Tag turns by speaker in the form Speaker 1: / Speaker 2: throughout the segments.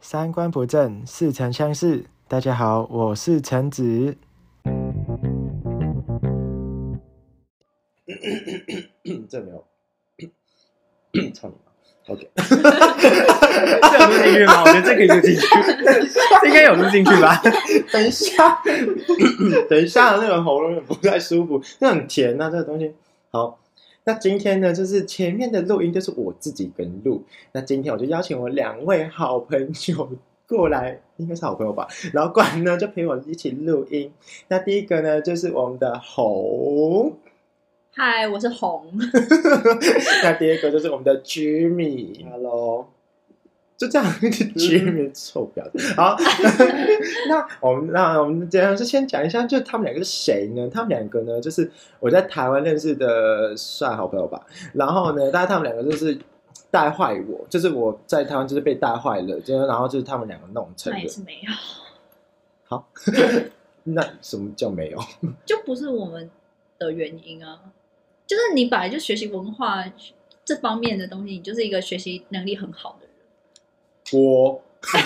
Speaker 1: 三观不正，似曾相识。大家好，我是陈子。
Speaker 2: 这没有，操你妈！OK，
Speaker 3: 这有录进去吗？我觉得这可以录进去，这应该有录进去吧？
Speaker 2: 等一下， 等一下，那个喉咙有点不太舒服，那很甜啊呐、这个东西。好，那今天呢，就是前面的录音就是我自己跟录，那今天我就邀请我两位好朋友过来，应该是好朋友吧，然后过来呢就陪我一起录音。那第一个呢，就是我们的猴。
Speaker 4: 嗨，我是红。
Speaker 2: 那第二个就是我们的 Jimmy。Hello，就这样，Jimmy 臭婊子。 好，那我们那我们这样就先讲一下，就他们两个是谁呢？他们两个呢，就是我在台湾认识的算好朋友吧。然后呢，但是他们两个就是。带坏我，就是我在台湾就是被带坏了，就然后就是他们两个弄成
Speaker 4: 那
Speaker 2: 的
Speaker 4: 也。是没有，
Speaker 2: 好，那什么叫没有？
Speaker 4: 就不是我们的原因啊。就是你本来就学习文化这方面的东西，你就是一个学习能力很好的人。
Speaker 2: 我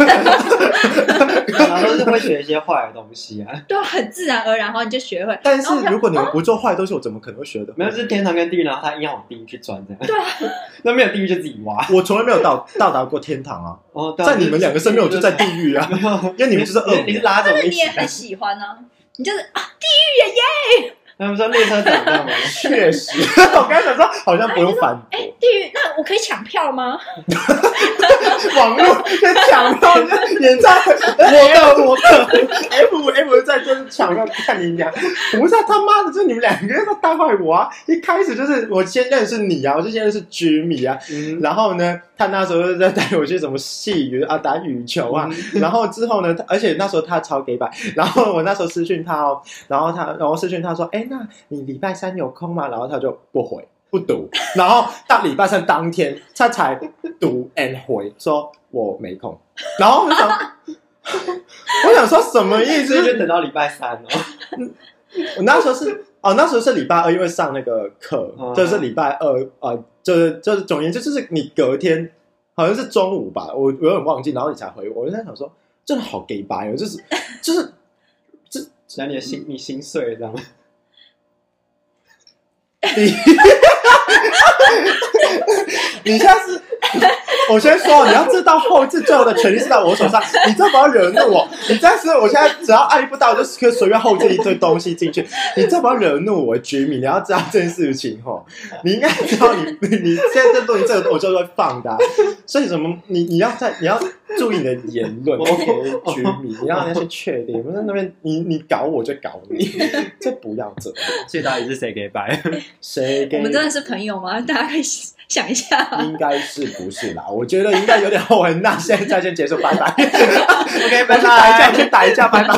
Speaker 3: 然后就会学一些坏的东西啊，
Speaker 4: 对啊，很自然而然，然后你就学会。
Speaker 2: 但
Speaker 4: 然后我
Speaker 2: 是
Speaker 4: 想
Speaker 2: 如果你们不做坏的东西，我怎么可能会学的？
Speaker 3: 没有，就是天堂跟地狱，然后他硬要往地狱去钻，这样。
Speaker 4: 对啊，
Speaker 3: 那没有地狱就自己挖。
Speaker 2: 我从来没有到到达过天堂啊。
Speaker 3: 哦，对啊
Speaker 2: 在你们两个身边，我就在地狱啊！
Speaker 3: 没有，
Speaker 2: 因为你们就是恶
Speaker 3: 你是
Speaker 2: 魔。
Speaker 3: 拉着我
Speaker 4: 但
Speaker 3: 一
Speaker 4: 是你
Speaker 3: 起
Speaker 4: 也
Speaker 3: 的。
Speaker 4: 很喜欢啊，你就是啊，
Speaker 3: 他们说列车长这样吗？
Speaker 2: 确实， 我刚才想说好像不用反
Speaker 4: 哎、地狱，那我可以抢票吗？
Speaker 2: 网络在抢票 演唱会，我的我的
Speaker 3: 哎
Speaker 2: F F 在就是抢票看你俩，不是啊他妈的，就是你们两个要带坏我啊！一开始就是我先认识你啊，我就先认识 Jimmy 啊，
Speaker 3: 嗯，
Speaker 2: 然后呢，他那时候就在带我去什么戏园啊，打羽球啊，然后之后呢，他而且那时候他超给白，然后我那时候私讯他哦，然后他然后私讯他说，哎，那你礼拜三有空吗？然后他就不回不读，然后到礼拜三当天他才读 and 回说我没空，然后我想， 我想说什么意
Speaker 3: 所以就
Speaker 2: 思？
Speaker 3: 等到礼拜三哦。
Speaker 2: 我那时候是哦，那时候是礼拜二，因为上那个课，
Speaker 3: 哦
Speaker 2: 就是礼拜二，呃，就是就是总而言之，就是你隔天好像是中午吧，我我有点忘记，然后你才回我，我就在想说，真的好 gay 白哦，就是就是
Speaker 3: 那你的心你心碎了这样吗？
Speaker 2: 你现在是，我先说，你要知道后置最后的权利是在我手上，你这不要惹怒我，你这样是我现在只要爱不到，我就是可以随便后置一堆东西进去，你这不要惹怒我，Jimmy，你要知道这件事情吼，你应该知道你你现在在录音这个，我就会放的啊、所以什么你你要在你要注意你的言论
Speaker 3: OK
Speaker 2: ，Jimmy，你让人家去确定，不是那边你你搞我就搞你，这不要这样，
Speaker 3: 所以到底是谁给掰？
Speaker 2: 谁给
Speaker 4: 我
Speaker 2: 你
Speaker 4: 们真的是朋友吗？大家可以想一下。
Speaker 2: 应该是不是啦？我觉得应该有点后悔。那现在再先结束，拜拜。
Speaker 3: OK，
Speaker 2: 我
Speaker 3: 拜
Speaker 2: 去打一架，
Speaker 3: 拜。
Speaker 2: 去打一架，拜拜。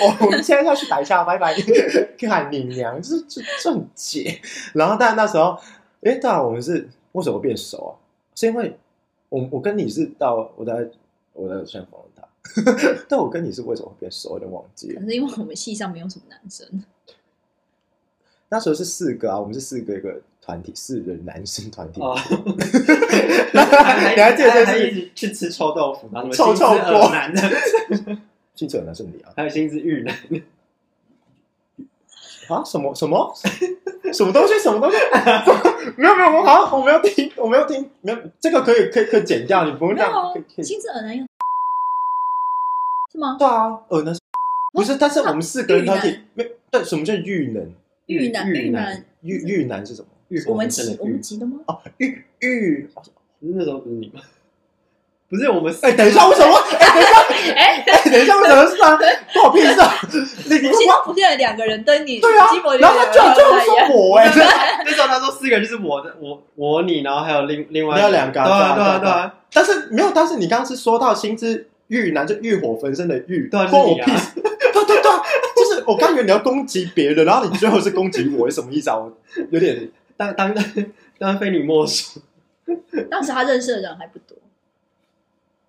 Speaker 2: 我我们现在要去打一架，拜 拜。看你娘，这这这很解。然后，但那时候，哎，当然我们是为什么变熟啊？是因为我我跟你是到我在我在先访问他， 但我跟你是为什么会变熟，有点忘记了
Speaker 4: 可。
Speaker 3: 嗯
Speaker 4: 是因为我们系上没有什么男生，
Speaker 2: 那时候是四个啊，我们是四个一个团体，四人男生团体。
Speaker 3: 哦，
Speaker 2: 你还记得这件
Speaker 3: 还
Speaker 2: 事
Speaker 3: 一
Speaker 2: 情？
Speaker 3: 直去吃臭豆腐，然后
Speaker 2: 臭臭锅
Speaker 3: 锅男的，
Speaker 2: 进最有男是你啊。
Speaker 3: 还有心之玉男，
Speaker 2: 啊？什么什么 什么东西？什么东西？ 没有没有，我好像我没有听，我没有听，没有这个可以可以可以剪掉，你不用
Speaker 4: 没
Speaker 2: 这样
Speaker 4: 有。啊
Speaker 2: 可以可以
Speaker 4: 亲自耳男有是吗？
Speaker 2: 对啊，呃，那是不是？但是我们四个人
Speaker 4: 遇难
Speaker 2: 团体，没对，什么叫遇能？
Speaker 4: 遇难
Speaker 3: 玉
Speaker 4: 遇
Speaker 3: 男
Speaker 4: 难，
Speaker 2: 遇遇难是什么？
Speaker 3: 玉
Speaker 4: 我们
Speaker 3: 真
Speaker 4: 急
Speaker 3: 的
Speaker 4: 我
Speaker 3: 玉
Speaker 4: 们，急的吗？
Speaker 2: 哦遇遇
Speaker 3: 那时候不是你吗？不是我们，
Speaker 2: 哎，等一下，为什么？哎，等一下，
Speaker 4: 哎、
Speaker 2: 哎，等一下，为什么是他？关我屁事啊！你 你
Speaker 4: 幸
Speaker 2: 我
Speaker 4: 福店的两个人跟你，
Speaker 2: 对啊
Speaker 4: 基本，
Speaker 2: 然后他就就说我哎，真的
Speaker 3: 那时候他说四个人就是我的，我我你，然后还有另另外
Speaker 2: 还有两个
Speaker 3: 对
Speaker 2: 啊
Speaker 3: 啊
Speaker 2: 对
Speaker 3: 对
Speaker 2: 啊
Speaker 3: 啊对啊，
Speaker 2: 但是没有，但是你刚刚是说到心之欲难，就欲火焚身的欲，
Speaker 3: 对啊
Speaker 2: 关
Speaker 3: 就是
Speaker 2: 我
Speaker 3: 你
Speaker 2: 屁
Speaker 3: 啊
Speaker 2: 事。 对对对啊，就是我刚以为你要攻击别人，然后你最后是攻击我，是什么意思啊？我有点
Speaker 3: 当当 当非你莫属，
Speaker 4: 当时他认识的人还不多，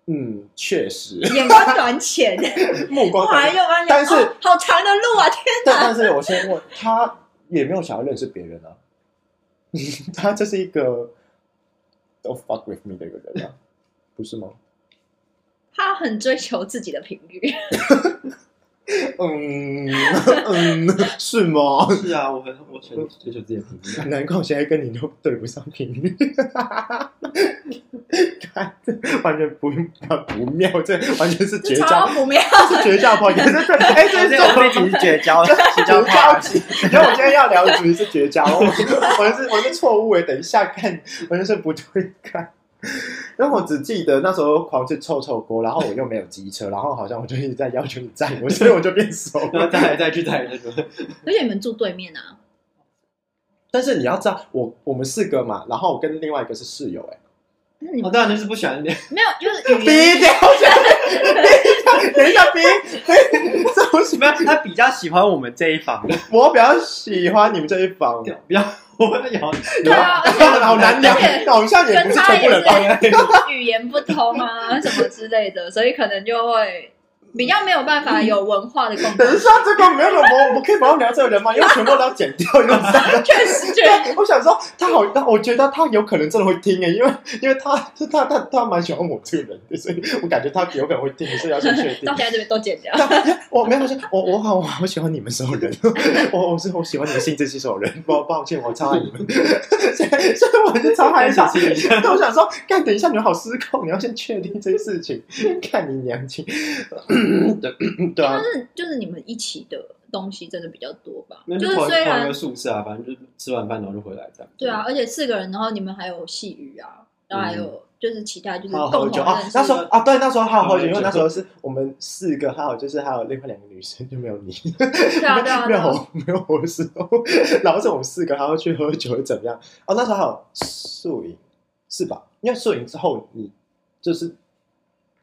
Speaker 2: 嗯，确实
Speaker 4: 眼光短浅，
Speaker 2: 目光
Speaker 4: 哇，
Speaker 2: 短
Speaker 4: 又发现，
Speaker 2: 但是
Speaker 4: 哦好长的路啊！天，
Speaker 2: 但但是我先问他也没有想要认识别人啊， 他就是一个 don't fuck with me 的一个人啊，不是吗？
Speaker 4: 他很追求自己的频率，
Speaker 2: 嗯嗯，是吗？
Speaker 3: 是啊，我很我全追求自己的频 率。
Speaker 2: 难怪我现在跟你都对不上频率， 看这完全不不妙，这完全是绝
Speaker 4: 超
Speaker 2: 交，
Speaker 4: 不 妙。
Speaker 2: 是绝交炮，也是这哎，这是
Speaker 3: 我们这集是绝 交，绝交
Speaker 2: 绝交
Speaker 3: 派。
Speaker 2: 集。你看我今天要聊的主题是绝交，我我是我是错误哎，等一下看，我就是不对看。然后我只记得那时候狂吃臭臭锅，然后我又没有机车，然后好像我就一直在要求你载我，所以我就变熟
Speaker 3: 然后
Speaker 2: 了。
Speaker 3: 再来再去再来再去，
Speaker 4: 而且你们住对面啊，
Speaker 2: 但是你要知道，我我们四个嘛，然后我跟另外一个是室友哎，
Speaker 4: 那你
Speaker 3: 我
Speaker 4: 们
Speaker 3: 哦当然就是不喜欢脸，
Speaker 4: 没有就是语
Speaker 2: 逼
Speaker 4: 言
Speaker 2: 掉， 等一下，等一下，逼，这我什
Speaker 3: 没
Speaker 2: 么
Speaker 3: 有？他比较喜欢我们这一房，
Speaker 2: 我比较喜欢你们这一房，
Speaker 3: 比较我们聊
Speaker 4: 对啊，而且
Speaker 2: 好难聊
Speaker 4: 而且，
Speaker 2: 好像也不
Speaker 4: 跟
Speaker 2: 是
Speaker 4: 他
Speaker 2: 全部
Speaker 4: 也
Speaker 2: 人吧。
Speaker 4: 是 语言不通啊什么之类的，所以可能就会比较没有办法有文化 的共
Speaker 2: 等一
Speaker 4: 同。
Speaker 2: 下，这个没有什么，我们可以不要聊这个人吗？因为全部都要剪掉，你知道吗？
Speaker 4: 确实，确实，
Speaker 2: 我想说，他好，他我觉得他有可能真的会听欸诶，因为因为他他他他蛮喜欢我这个人的，所以我感觉他有可能会听，所以要先 确定
Speaker 4: 到。现在这边都剪掉。
Speaker 2: 我没有我是我我好我好喜欢你们所有人， 我我是我喜欢你们性质是所有人，抱抱歉，我超爱你们，所以所以我就超害怕。
Speaker 3: 是
Speaker 2: 但我想说，干，等一下，你们好失控，你要先确定这件事情，
Speaker 4: 嗯
Speaker 2: 看你娘亲。对对啊
Speaker 4: 但，是就是你们一起的东西真的比较多吧？
Speaker 3: 那
Speaker 4: 就是
Speaker 3: 同
Speaker 4: 虽
Speaker 3: 同一
Speaker 4: 然
Speaker 3: 个宿舍啊，反正就是吃完饭然后就回来这样。
Speaker 4: 对
Speaker 2: 嗯
Speaker 4: 啊，，而且四个人，然后你们还有细雨啊，然后还有就是其他就是
Speaker 2: 还有喝
Speaker 4: 共
Speaker 2: 酒
Speaker 4: 同
Speaker 2: 啊
Speaker 4: 认，识
Speaker 2: 那时候
Speaker 4: 的。
Speaker 2: 啊，对，那时候还有喝酒，因为
Speaker 3: 嗯
Speaker 2: 那时候是我们四个，还有就是还有另外两个女生，就没有你，
Speaker 4: 对啊，对啊，
Speaker 2: 没
Speaker 4: 对
Speaker 2: 有
Speaker 4: 啊。
Speaker 2: 我没有我的时候，然后是我们四个，然后去喝酒会怎么样？哦，那时候还有宿营是吧？因为宿营之后你就是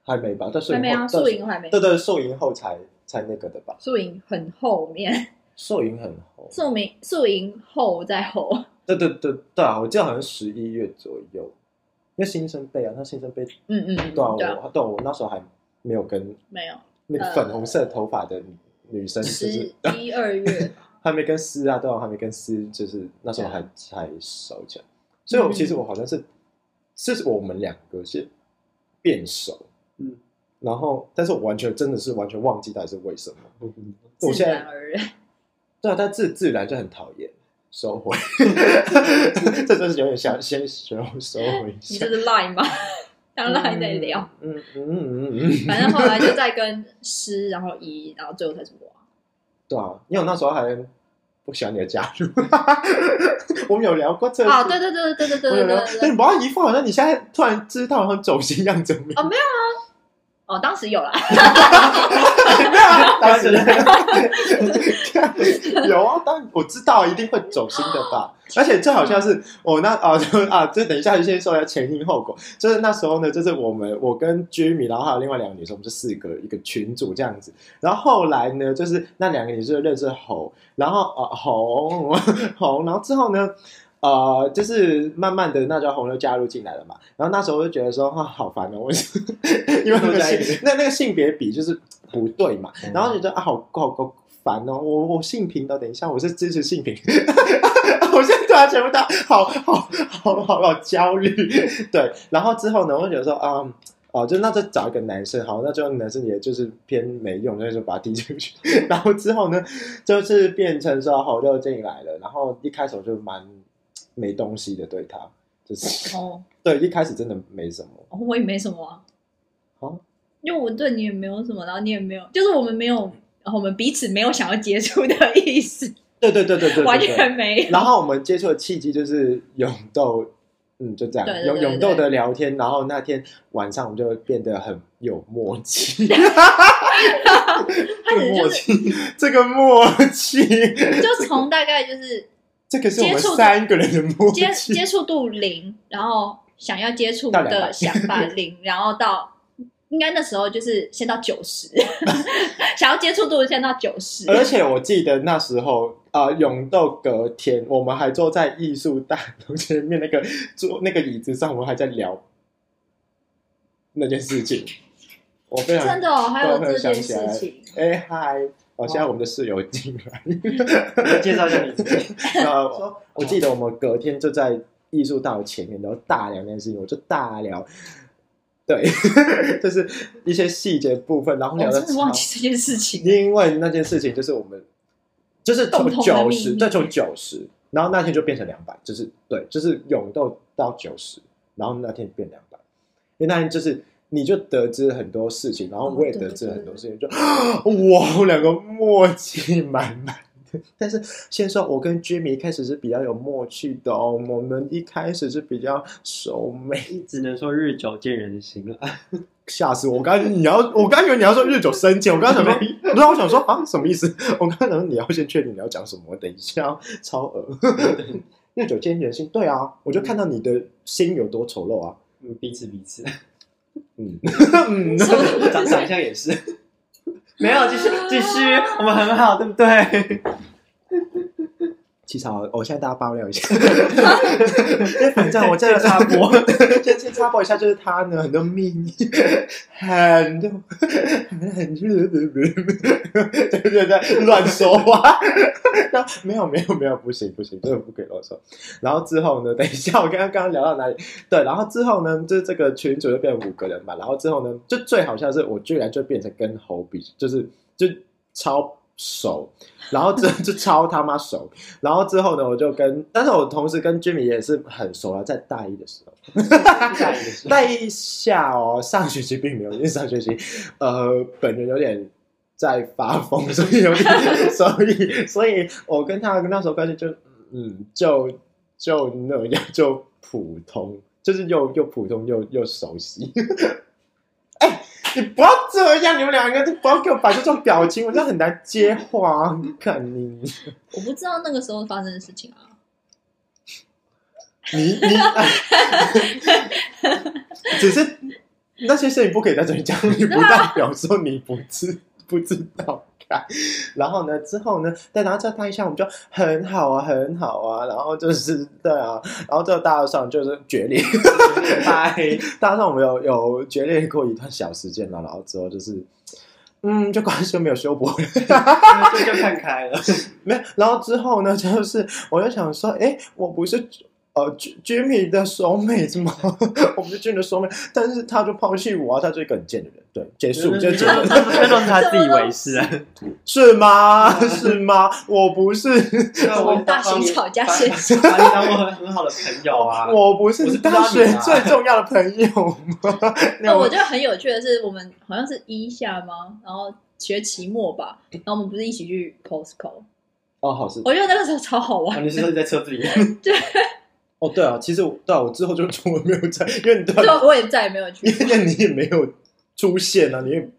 Speaker 2: 还没吧？但宿
Speaker 4: 还
Speaker 2: 营
Speaker 4: 没啊，
Speaker 2: 后
Speaker 4: 宿，营还没
Speaker 2: 对，对，宿营后才才那个的吧？
Speaker 4: 宿营很后面，
Speaker 2: 宿营很后，
Speaker 4: 宿营宿营后再后，
Speaker 2: 对对对对啊！我记得好像十一月左右，因为新生杯啊，那新生杯
Speaker 4: 嗯嗯，嗯
Speaker 2: 对啊，
Speaker 4: 对啊，
Speaker 2: 我对啊我那时候还没有跟
Speaker 4: 没有，呃
Speaker 2: 那个粉红色头发的女生，就
Speaker 4: 十
Speaker 2: 是
Speaker 4: 一二月吧，
Speaker 2: 还没跟诗啊，对啊，还没跟诗，就是那时候还才熟起来，所以我
Speaker 4: 啊嗯
Speaker 2: 其实我好像是，是我们两个先变熟，
Speaker 3: 嗯，
Speaker 2: 然后但是我完全真的是完全忘记到底是为什么， 我
Speaker 4: 自
Speaker 2: 现
Speaker 4: 然
Speaker 2: 在
Speaker 4: 而然。
Speaker 2: 对啊，但自自然就很讨厌。收回， 这就是有点想先学我收回一
Speaker 4: 你
Speaker 2: 下
Speaker 4: 就。是 Line 吧，当 Line 在聊，
Speaker 2: 嗯嗯嗯嗯嗯，
Speaker 4: 反正后来就在跟诗，然后一，然后最后才是我。
Speaker 2: 对啊，因为我那时候还不喜欢你的加入，我们有聊过这个
Speaker 4: 啊，对对对对对对
Speaker 2: 我
Speaker 4: 对
Speaker 2: 有聊
Speaker 4: 对，
Speaker 2: 但
Speaker 4: 对，
Speaker 2: 你不要一副好像你现在突然知道好像走心样子，没有
Speaker 4: 哦哦，当时有啦，
Speaker 2: 啊，当时 有啊，当然我知道一定会走心的吧。而且最好笑是我那啊 就啊，这等一下先说一下前因后果。就是那时候呢，就是我们我跟 Jimmy，然后还有另外两个女生，我们是四个一个群组这样子。然后后来呢，就是那两个女生认识猴，然后呃 红红，然后之后呢，呃，就是慢慢的那条红就加入进来了嘛。然后那时候我就觉得说，哈、好烦哦，为什么？ 因为那个性那那个性别比就是不对嘛。
Speaker 4: 嗯
Speaker 2: 然后觉得啊，好好好烦哦，我我性平的，等一下，我是支持性平。 我现在突然全部都好好好好好焦虑， 对。然后之后呢，我就觉得说啊。嗯哦，就那就找一个男生，好，那最后男生也就是偏没用，所以就把他踢出去。 然后之后呢，就是变成说好就进来了，然后一开始我就蛮没东西的对他，就是
Speaker 4: 哦，
Speaker 2: 对一开始真的没什么，
Speaker 4: 我也没什么啊，
Speaker 2: 哦，
Speaker 4: 因为我对你也没有什么，然后你也没有，就是我们没有，我们彼此没有想要接触的意思，
Speaker 2: 对对对对对对对
Speaker 4: 完全 没有。
Speaker 2: 然后我们接触的契机就是勇斗，嗯，就这样，
Speaker 4: 对对
Speaker 2: 勇
Speaker 4: 对对
Speaker 2: 勇斗的聊天。然后那天晚上我们就变得很有默契，
Speaker 4: 他只是就是
Speaker 2: 这个默契，
Speaker 4: 就从大概就是
Speaker 2: 这个是我们
Speaker 4: 接触的
Speaker 2: 三个人的默
Speaker 4: 接
Speaker 2: 契。
Speaker 4: 接触度零，然后想要接触
Speaker 2: 到两百
Speaker 4: 的想法零，然后到应该那时候就是先到九 十，想要接触度先到九十，
Speaker 2: 而且我记得那时候，呃，勇斗隔天，我们还坐在艺术大楼前面那个桌那个椅子上，我们还在聊那件事情。我非常
Speaker 4: 真的哦，还有
Speaker 2: 突然
Speaker 4: 这
Speaker 2: 想
Speaker 4: 件
Speaker 2: 起
Speaker 4: 事
Speaker 2: 来
Speaker 4: 情。
Speaker 2: 哎嗨！哦，现在我们的室友进来。
Speaker 3: 来介绍一下你自己，
Speaker 2: 呃，我我记得我们隔天就在艺术大楼前面，然后大聊那件事情，我就大聊对， 就是一些细节部分，然后
Speaker 4: 我
Speaker 2: 聊的
Speaker 4: 真的忘记这件事情。
Speaker 2: 因为那件事情就是我们就是从
Speaker 4: 共同的
Speaker 2: 九
Speaker 4: 秘
Speaker 2: 十，
Speaker 4: 密
Speaker 2: 再从九十，然后那天就变成两百，就是对，就是勇斗到九十，然后那天变两百，因为那天就是。你就得知很多事情，然后
Speaker 4: 哦
Speaker 2: 我也
Speaker 4: 对
Speaker 2: 得
Speaker 4: 对
Speaker 2: 知
Speaker 4: 对
Speaker 2: 很多事情，就哇，我们两个默契满满的。但是先说，我跟 Jimmy 一开始是比较有默契的哦，我们一开始是比较熟美
Speaker 3: 只能说日久见人心了。
Speaker 2: 吓死我！我刚你要，我刚以为你要说日久生情，我刚想说，不是，我想说啊，什么意思？我刚想说你要先确定你要讲什么，等一下哦，超恶。 日久见人心，对啊，我就看到你的心有多丑陋啊。
Speaker 3: 嗯，彼此彼此，
Speaker 2: 嗯嗯，
Speaker 4: 什么
Speaker 3: 长长相也是。 没有，继续继续，我们很好，对不对？
Speaker 2: 其实好，哦我现在大家爆料一下，因为反正我这个
Speaker 3: 插播，
Speaker 2: 先先插播一下，就是他呢很多秘密，很多很很对对对，乱说话。 那没有没有没有，不行不行，真的不可以乱说。然后之后呢，等一下我刚刚刚刚聊到哪里？对，然后之后呢，就这个群组就变五个人嘛。然后之后呢，就最好笑的是我居然就变成跟猴比，就是就超熟，然后这就超他妈熟。然后之后呢，我就跟，但是我同时跟 Jimmy 也是很熟啊了，在大一的时候。
Speaker 3: 下一个是
Speaker 2: 带一下哦，上学期并没有，因为上学期呃本人有点在发疯，所以有点， 所以所以我跟他那时候关系就嗯就就那样就普通，就是又又普通又又熟悉。 哎、你不要这样，你们两个就不要给我摆出这种表情，我真的很难接话。你看你
Speaker 4: 我不知道那个时候发生的事情啊。
Speaker 2: 你你、哎只是那些事情不可以在这里讲，你不代表说你不知 不知道看。然后呢，之后呢，再然后再拍一下，我们就很好啊，很好啊。然后就是对啊，然后最后大二上就是决裂，
Speaker 3: 拜。
Speaker 2: 大二上我们有有决裂过一段小时间了，然后之后就是。嗯，就关系就没有修补回来
Speaker 3: 这就看开了。
Speaker 2: 没有，然后之后呢， 就是我就想说，哎，我不是呃 J- Jimmy 的熟妹子吗？ 我不是 Jimmy 的熟妹，但是他就抛弃我啊，他就是一个很贱的人。对，结束就结论，
Speaker 3: 那都是他自以为是啊。
Speaker 2: 是吗？是吗？我不是，
Speaker 4: 我们大型吵架现
Speaker 3: 场，把你当我很好的朋友啊。
Speaker 2: 我不是
Speaker 3: 我
Speaker 2: 你
Speaker 3: 是不知道
Speaker 2: 大学
Speaker 3: 你啊
Speaker 2: 最重要的朋友吗？
Speaker 4: 那我觉得很有趣的是，我们好像是一下吗？然后学期末吧，然后我们不是一起去 Postco？
Speaker 2: 哦，好是
Speaker 4: 我觉得那个时候超 好
Speaker 3: 哦，
Speaker 4: 玩。
Speaker 3: 你是说你在车子里面？
Speaker 2: 哦，对啊，其实我对啊，我之后就我没有在，因为你对
Speaker 4: 对
Speaker 2: 啊，，
Speaker 4: 我也再也没有 去
Speaker 2: 因。为你也没有出现啊，你也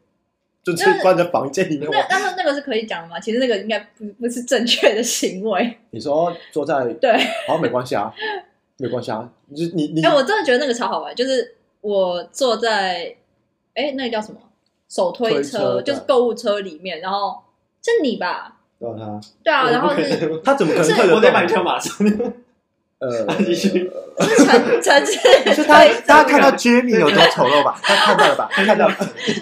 Speaker 2: 就是
Speaker 4: 那
Speaker 2: 关在房间里面。我
Speaker 4: 那但是那个是可以讲的吗？其实那个应该不不是正确的行为。
Speaker 2: 你说坐在
Speaker 4: 对，
Speaker 2: 好，没关系啊，没关系啊，你就你你
Speaker 4: 哎、我真的觉得那个超好玩，就是我坐在哎、那个叫什么手推
Speaker 2: 推
Speaker 4: 车，
Speaker 2: 车
Speaker 4: 就是
Speaker 2: 对
Speaker 4: 购物车里面，然后是你吧？
Speaker 2: 让他，
Speaker 4: 对 啊，然后
Speaker 3: 我不可
Speaker 4: 是
Speaker 3: 能
Speaker 2: 他怎么可能
Speaker 4: 是
Speaker 2: 退
Speaker 3: 我
Speaker 2: 得
Speaker 3: 得把你
Speaker 2: 动？
Speaker 3: 跳 马上。
Speaker 2: 呃，
Speaker 3: 继续
Speaker 4: 是陈陈志
Speaker 2: 是他
Speaker 4: 推，
Speaker 2: 大家看到 Jamie 有多丑陋吧？他看到 了吧？他 看到了。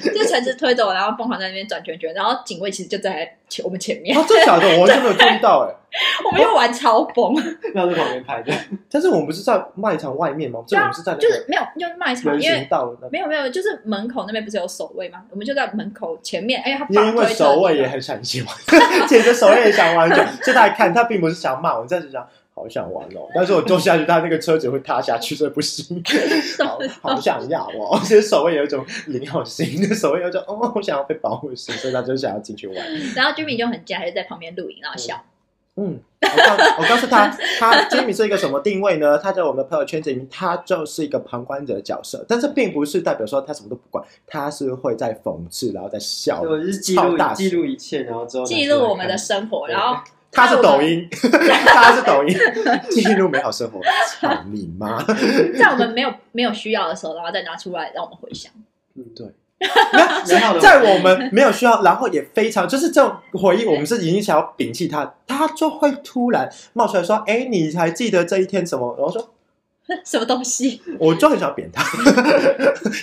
Speaker 4: 就是陈志推着我，然后疯狂在那边转圈圈，然后警卫其实就在前我们前面，
Speaker 2: 哦，真的假的？我真的有注意 到哎。
Speaker 4: 我们又玩超疯，
Speaker 3: 那在旁边拍的，
Speaker 2: 但是我们不是在卖场外面吗？这
Speaker 4: 对啊
Speaker 2: 我们是在那
Speaker 4: 就是
Speaker 2: 个
Speaker 4: 没有就是卖场，
Speaker 2: 人
Speaker 4: 因为
Speaker 2: 行道那边。
Speaker 4: 没有没有，就是门口那边不是有守卫吗？我们就在门口前面，哎、他
Speaker 2: 因
Speaker 4: 放
Speaker 2: 为
Speaker 4: 推车
Speaker 2: 守卫也很想去玩， 姐姐守卫也想玩，就就他来看，他并不是想骂我，但是想好想玩哦。但是我坐下去，他那个车子会塌下去，所以不行。 好好想要哦， 其实守卫有一种领好心，那守卫有一种哦，我想要被保护心，所以他就想要进去玩。
Speaker 4: 然后 Jimmy 就很贱，还是在旁边录影，然后笑。
Speaker 2: 嗯，我告我告诉 他，他 Jimmy 是一个什么定位呢？他在我们的朋友圈子里面，他就是一个旁观者的角色，但是并不是代表说他什么都不管，他是会在讽刺，然后在笑。
Speaker 3: 我就是记
Speaker 2: 超大声
Speaker 3: 录记录一切，然后之后拿出来
Speaker 4: 记录我们的
Speaker 3: 看
Speaker 4: 生
Speaker 2: 嗯
Speaker 4: 活，然后
Speaker 2: 他是抖音， 他是抖音，记录美好生活。操你妈！
Speaker 4: 在我们没有没有需要的时候，然后再拿出来让我们回想。
Speaker 3: 嗯
Speaker 2: 对
Speaker 3: 美好的
Speaker 2: 在我们没有需要，然后也非常就是这种回忆，我们是已经想要摒弃它，他就会突然冒出来说：“哎，你还记得这一天什么？”然后说：“
Speaker 4: 什么东西？
Speaker 2: 我就很想扁他，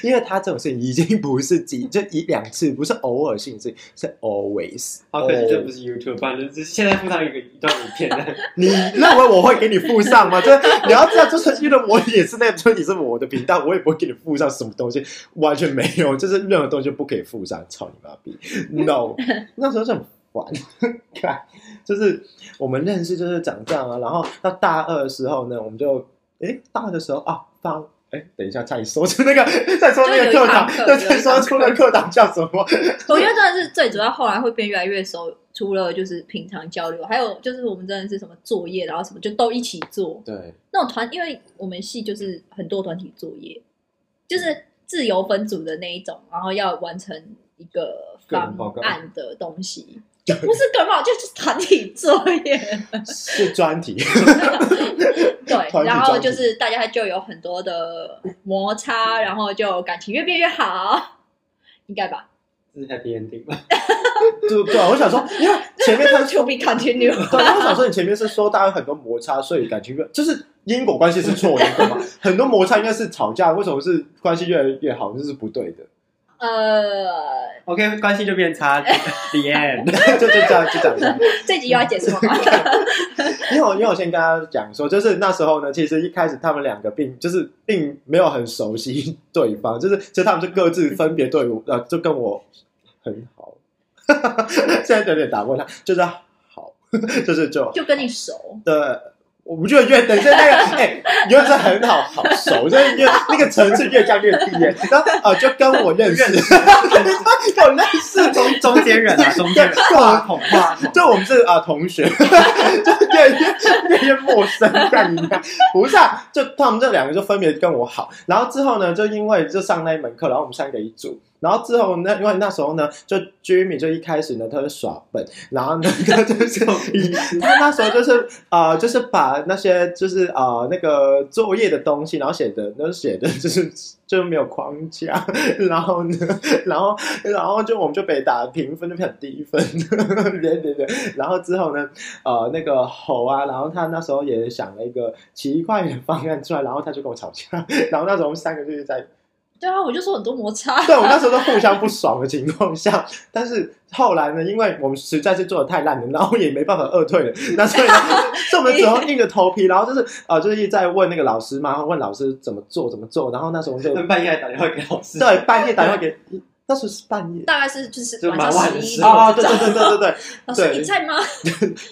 Speaker 2: 因为他这种事情已经不是几就一两次，不是偶尔性事，是 always。
Speaker 3: 好可惜这不是 YouTube，反正是现在附上一个一段影 片的。
Speaker 2: 你认为我会给你附上吗？就是你要知道，就是因为我也是那，就是你是我的频道，我也不会给你附上什么东西，完全没有，就是任何东西都不可以附上，操你妈逼！No，那时 候就很烦，看，就是我们认识就是长这样啊，然后到大二的时候呢，我们就诶大二的时候啊，大。哎，等一下，再说出那个，再说那个课堂，
Speaker 4: 就有一堂课
Speaker 2: 对再说出那个课堂叫什么？
Speaker 4: 我觉得真的是最主要，后来会变越来越熟。除了就是平常交流，还有就是我们真的是什么作业，然后什么就都一起做
Speaker 2: 对，
Speaker 4: 那种团，因为我们系就是很多团体作业，就是自由分组的那一种，然后要完成一个
Speaker 2: 个
Speaker 4: 方
Speaker 2: 人报告
Speaker 4: 案的 东西，就不是个人报告，就是团体作业。
Speaker 2: 是专题， 团
Speaker 4: 对，
Speaker 2: 体
Speaker 4: 然后
Speaker 2: 专
Speaker 4: 就
Speaker 2: 题
Speaker 4: 是大家就有很多的摩擦，然后就感情越变越好，应该吧
Speaker 3: 这是 Happy Ending 吧？
Speaker 2: 对对，我想说，因为前面他。
Speaker 4: ？To be continue
Speaker 2: 对，我想说，你前面是说大家有很多摩擦，所以感情越就是因果关系是错的因果嘛？很多摩擦应该是吵架，为什么是关系越来越好？这是不对的。
Speaker 4: 呃，
Speaker 3: OK，关系就变 差。The end。
Speaker 2: 就就这样，就讲一下。
Speaker 4: 这集又要结束了吗？
Speaker 2: 因为我因为我先跟他讲说，就是那时候呢，其实一开始他们两个并就是并没有很熟悉对方，就是其实他们是各自分别对我，呃，就跟我很好。 现在有点打过他，就是好， 就是就
Speaker 4: 就跟你熟，
Speaker 2: 的，我们就越等一下 那个，哎、原来是很好好熟，就是越那个层次越降越低耶。然后哦、就跟 我认识，跟我认识，
Speaker 3: 中中间人 啊，中间人。
Speaker 2: 对
Speaker 3: 话筒话筒。
Speaker 2: 就我们是啊、同学，就越越越越陌生，看你看，不是啊，就他们这两个就分别跟我好，然后之后呢，就因为就上那一门课，然后我们三个一组。然后之后呢，因为那时候呢，就 Jimmy 就一开始呢，他就耍笨，然后呢，他就是以他那时候就是呃，就是把那些就是呃那个作业的东西，然后写的都写的就是就没有框架，然后呢，然后 然后就我们就被打评分就很低分， 对对对，然后之后呢，呃，那个猴啊，然后他那时候也想了一个奇怪的方案出来，然后他就跟我吵架， 然后那时候我们三个就是在
Speaker 4: 对啊，我就说很多摩擦，
Speaker 2: 对，我们那时候都互相不爽的情况下，但是后来呢，因为我们实在是做的太烂了，然后也没办法二退了， 那所以呢，所以我们只能硬着头皮，然后就是呃，就是一直在问那个老师嘛，然后问老师怎么做怎么做，然后那时候我们就
Speaker 3: 他们半夜还打电话给老师。
Speaker 2: 对半夜打电话给，那时候是半夜。
Speaker 4: 大概是就是
Speaker 3: 就
Speaker 4: 晚
Speaker 3: 蛮晚
Speaker 4: 上
Speaker 3: 的
Speaker 4: 十一
Speaker 3: 时
Speaker 4: 点
Speaker 3: 候
Speaker 2: 哦，
Speaker 4: 早
Speaker 2: 对对对对对对，
Speaker 4: 老师
Speaker 2: 对
Speaker 4: 你在吗？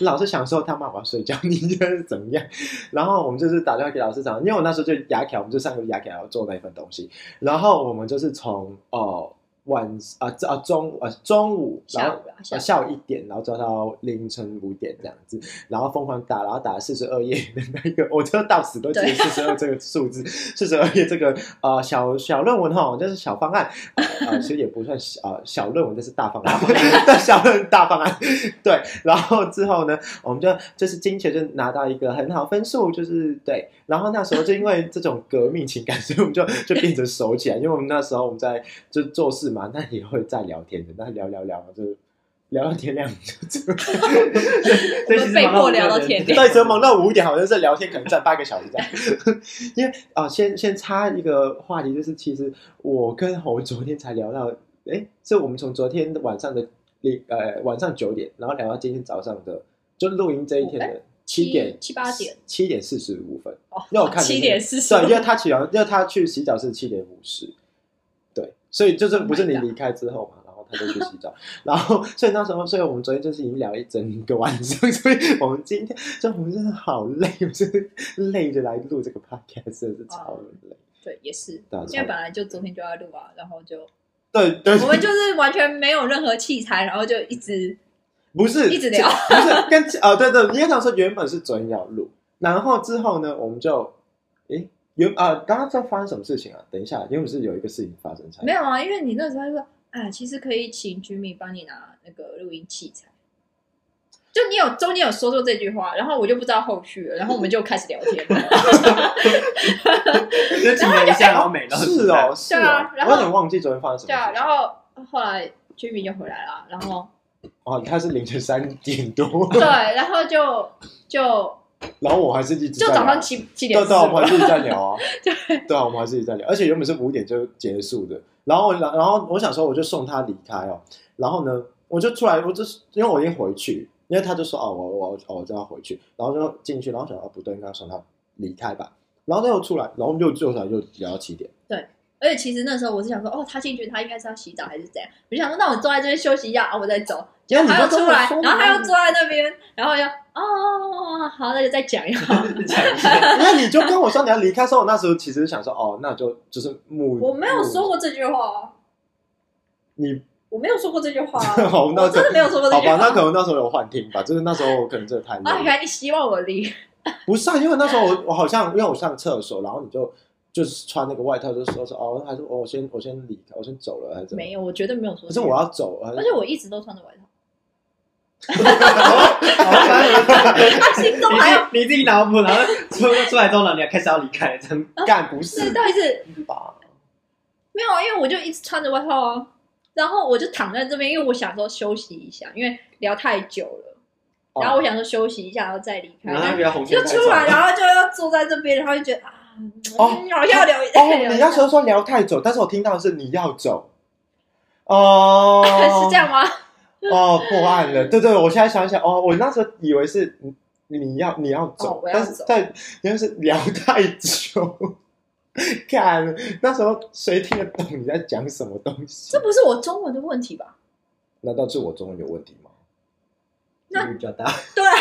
Speaker 2: 老师想说他妈我要睡觉， 你觉得是怎么样？然后我们就是打电话给老师讲，因为我那时候就牙条，我们就上个牙条做那一份东西，然后我们就是从哦、呃、晚啊啊、中啊、中午，然
Speaker 4: 下
Speaker 2: 后
Speaker 4: 午啊，
Speaker 2: 啊
Speaker 4: 下午
Speaker 2: 下午一点，然后做到凌晨五点这样子，然后疯狂打，然后打四十二页的那个，我就到死都记得四十二这个数字，四十二页这个呃小小论文哈，就是小方案，呃呃，其实也不算小、呃、小论文，这是大方案，对， 小论文大方案，对，然后之后呢，我们就就是金学就拿到一个很好分数，就是对，然后那时候就因为这种革命情感，所以我们就就变成熟起来，因为我们那时候我们在就做事嘛，那也会在聊天的，那聊聊聊就聊到天亮，就就
Speaker 3: 所以其实
Speaker 4: 被迫聊
Speaker 3: 蛮
Speaker 4: 到
Speaker 3: 晚的
Speaker 4: 天亮
Speaker 2: 对，折 磨 到五点，好像是聊天，可能占八个小时这样。 因为啊、先先插一个话题，就是其实我跟侯昨天才聊到，哎，是我们从昨天晚上的呃晚上九点，然后聊到今天早上的，就录音这一天的七点
Speaker 4: 哦七八点
Speaker 2: 七点四十五分。
Speaker 4: 哦
Speaker 2: 因为我看
Speaker 4: 七点四十，
Speaker 2: 对，因为他起床，因为他去洗澡是七点五十，对，所以
Speaker 4: Oh
Speaker 2: 就是不是你离开之后嘛，然后他就去洗澡， 然后所以那时候，所以我们昨天就是已经聊一整个晚上， 所以我们今天就我们真的好累，我真的累着来录这个 podcast，真的是
Speaker 4: 哦
Speaker 2: 超累，
Speaker 4: 对，也是，
Speaker 2: 对啊
Speaker 4: 因
Speaker 2: 超
Speaker 4: 为
Speaker 2: 累
Speaker 4: 本来就昨天就要录啊，然后 就
Speaker 2: 对对，
Speaker 4: 我们就是完全没有任何器材，然后就一直
Speaker 2: 不是
Speaker 4: 一直聊，
Speaker 2: 不是跟哦对对，你也想说原本是昨天要录，然后之后呢，我们就诶原啊，刚刚在发生什么事情啊？等一下，原本是有一个事情发生才
Speaker 4: 没有啊，因为你那时候就说，哎，其实可以请 Jimmy 帮你拿那个录音器材。就你有中间有说出这句话，然后我就不知道后续了，然后我们就开始聊天 了。
Speaker 3: 就停了一下，然后没了。
Speaker 2: 是 哦，是
Speaker 4: 对
Speaker 2: 哦
Speaker 4: 啊，
Speaker 2: 我
Speaker 4: 然后
Speaker 2: 有点忘记昨天发生什么事
Speaker 4: 对
Speaker 2: 情。
Speaker 4: 啊，然后后来 Jimmy 就回来了，然后
Speaker 2: 哦，他是凌晨三点多，
Speaker 4: 对，然后就就
Speaker 2: 然后我还是一直
Speaker 4: 就
Speaker 2: 在
Speaker 4: 早上
Speaker 2: 聊
Speaker 4: 七七点
Speaker 2: 对
Speaker 4: 四
Speaker 2: 对
Speaker 4: 十
Speaker 2: 啊，我们
Speaker 4: 五
Speaker 2: 还是一直在聊 啊，对啊，我们还是一直在聊，而且原本是五点就结束的，然后我然后我想说我就送他离开哦，然后呢我就出来，我就是因为我已经回去，因为他就说哦我我我就要回去，然后就进去，然后想哦不对，应该送他离开吧，然后他又出来，然后我们就坐下来就聊到七点，
Speaker 4: 而且其实那时候我是想说，哦，他进去他应该是要洗澡还是怎样？我就想说，那我坐在这边休息一下啊，我再走。
Speaker 2: 因为哎你
Speaker 4: 他
Speaker 2: 就
Speaker 4: 又
Speaker 2: 跟
Speaker 4: 出
Speaker 2: 我
Speaker 4: 来
Speaker 2: 说，
Speaker 4: 然后他又
Speaker 2: 嘛
Speaker 4: 坐在那边，然后又哦，好，那就再讲 一下。
Speaker 2: 那你就跟我说你要离开的时候，我那时候其实想说，哦，那就就是木，
Speaker 4: 我没有说
Speaker 2: 木
Speaker 4: 过这句话啊，
Speaker 2: 你，
Speaker 4: 我没有说过这句话 啊，
Speaker 2: 好，那
Speaker 4: 我真的没有说过这
Speaker 2: 好
Speaker 4: 句话。
Speaker 2: 吧，那可能那时候有幻听吧，就是那时候我可能真的太
Speaker 4: 啊，
Speaker 2: 累了，
Speaker 4: 原来你希望我 离，
Speaker 2: 不是啊，因为那时候我我好像因为我上厕所，然后你就就是穿那个外套，就说说哦，还是我先我先离开，我先走了还是怎么
Speaker 4: 没？有，我绝对没有说。
Speaker 2: 可是我，要走，还是
Speaker 4: 而且我一直都穿着外套。
Speaker 3: 好
Speaker 4: 他心中还有
Speaker 3: 你自己脑补，然后出出来之后呢，你还开始要离开了，真
Speaker 2: 干不是
Speaker 4: 是到底是
Speaker 2: 吧？
Speaker 4: 没有啊，因为我就一直穿着外套啊，然后我就躺在这边，因为我想说休息一下，因为聊太久了，
Speaker 2: 哦
Speaker 4: 然后我想说休息一下，然后再离开，
Speaker 3: 然后他比较红
Speaker 4: 就
Speaker 3: 线
Speaker 4: 出来，然后就要坐在这边，然后就觉得啊，
Speaker 2: 哦
Speaker 4: 嗯好像要聊一
Speaker 2: 哦，
Speaker 4: 聊一，
Speaker 2: 你那时候说聊太久，但是我听到的是你要走，哦
Speaker 4: 是这样吗？
Speaker 2: 哦，破案了！对对，我现在想想，哦，我那时候以为是你你要你要走，
Speaker 4: 哦我要
Speaker 2: 但是
Speaker 4: 走
Speaker 2: 但原来是聊太久， 看那时候谁听得懂你在讲什么东西
Speaker 4: 这？不是我中文的问题吧？
Speaker 2: 难道是我中文有问题吗？
Speaker 4: 那
Speaker 3: 比较 大，
Speaker 4: 对啊，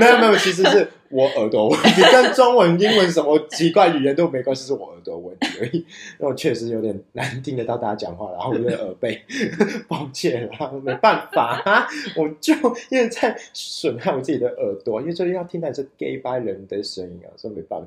Speaker 2: 没有没有，其实是我耳朵有问题，跟中文、英文什么奇怪语言都没关系，是我耳朵有问题而已。因为我确实有点难听得到大家讲话，然后我的耳背， 抱歉啦，没办法、啊，我就因为在损害我自己的耳朵，因为最近要听到这 gay 掰人的声音啊，所以没办法。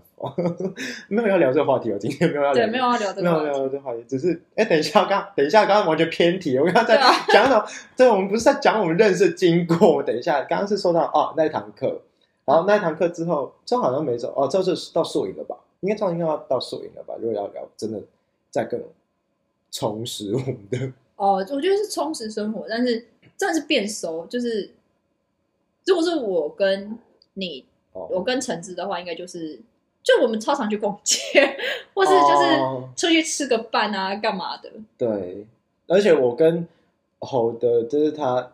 Speaker 2: 没有要聊这个话题哦，今天没有要聊
Speaker 4: 对，没有要聊这
Speaker 2: 没
Speaker 4: 个
Speaker 2: 有
Speaker 4: 话
Speaker 2: 没
Speaker 4: 题。
Speaker 2: 有，这好像只是哎，等一下，刚等一下，刚刚完全偏题，我刚刚在
Speaker 4: 对啊
Speaker 2: 讲什么？对，我们不是在讲我们认识的经过。等一下，刚刚是说到哦那一堂课，然后那一堂课之后，这好像没走哦，这就是到宿营了吧？应该这样应该要到宿营了吧？如果要聊，真的再更重拾我们的
Speaker 4: 哦，我觉得是充实生活，但是真的是变熟，就是如果是我跟你，我
Speaker 2: 哦，
Speaker 4: 跟橙子的话，应该就是就我们超常去逛街， 或是就是。
Speaker 2: 哦
Speaker 4: 出去吃个饭啊，干嘛的？
Speaker 2: 对，而且我跟吼的，就是他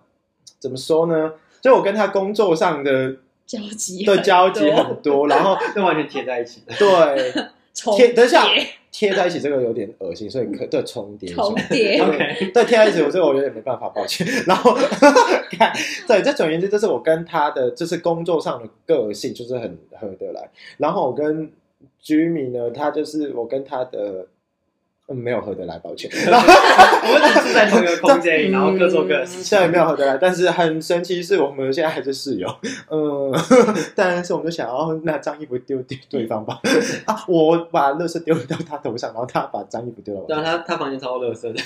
Speaker 2: 怎么说呢？就我跟他工作上的
Speaker 4: 交集
Speaker 2: 的交集
Speaker 4: 很
Speaker 2: 很多， 然后
Speaker 3: 这完全贴在一起。
Speaker 2: 对。
Speaker 4: 重
Speaker 2: 贴等一 下
Speaker 4: 叠
Speaker 2: 贴在一起这个有点恶心，所以可对重叠一下。
Speaker 4: 重叠，
Speaker 3: OK，
Speaker 2: 对，贴在一起我这个我有点没办法，抱歉。然后， 看，对，这总而言之，这是我跟他的就是工作上的个性就是很合得来。然后我跟 Jimmy 呢，他就是我跟他的。嗯，没有合得来，抱歉。然后
Speaker 3: 我们只是在同一个空间里，然后各做各的事情
Speaker 2: 虽。然没有合得来，但是很神奇，是我们现在还是室友。嗯， 但是我们就想要那脏衣服丢丢对方吧。啊，我把垃圾丢到他头上，然后他把脏衣服丢到我头上
Speaker 3: 对啊，他他房间超垃圾的，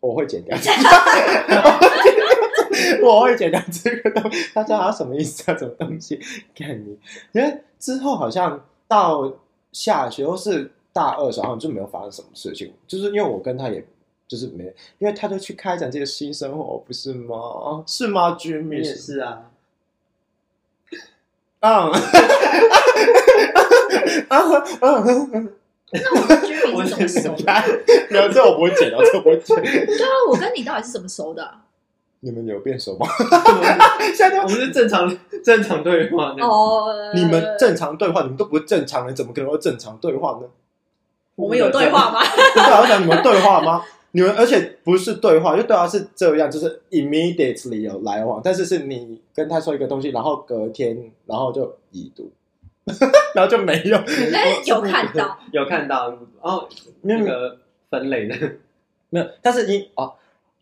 Speaker 2: 我会剪掉，我会剪掉这个东西。他说啊，什么意思啊？什么东西？看你，因为之后好像到下学或是大二的时候，好像就没有发生什么事情。就是因为我跟他也就是没，因为他就去开展这个新生活，不是吗？是吗
Speaker 3: 你
Speaker 2: ，Jimmy？
Speaker 3: 也是啊。
Speaker 2: 嗯，嗯嗯嗯，
Speaker 4: 居民是怎么熟的？
Speaker 2: 然后这我不会剪掉，这我不会剪。
Speaker 4: 对啊，我跟你到底是怎么 熟的啊？
Speaker 2: 你们有变熟吗？
Speaker 5: 啊
Speaker 3: 现在我们是正常正常对话的，
Speaker 4: 哦，
Speaker 2: 呃你们正常对话，你们都不是正常人，怎么可能会正常对话呢？
Speaker 4: 我们有对话吗？
Speaker 2: 不是啊，我想你们对话吗？你们而且不是对话，就对话是这样，就是 immediately 有来往，但是是你跟他说一个东西，然后隔天，然后就已读， 然后就没有。
Speaker 4: 但是有看到，
Speaker 3: 有看到，然后那个分类 的，
Speaker 2: 没有，但是你哦哦，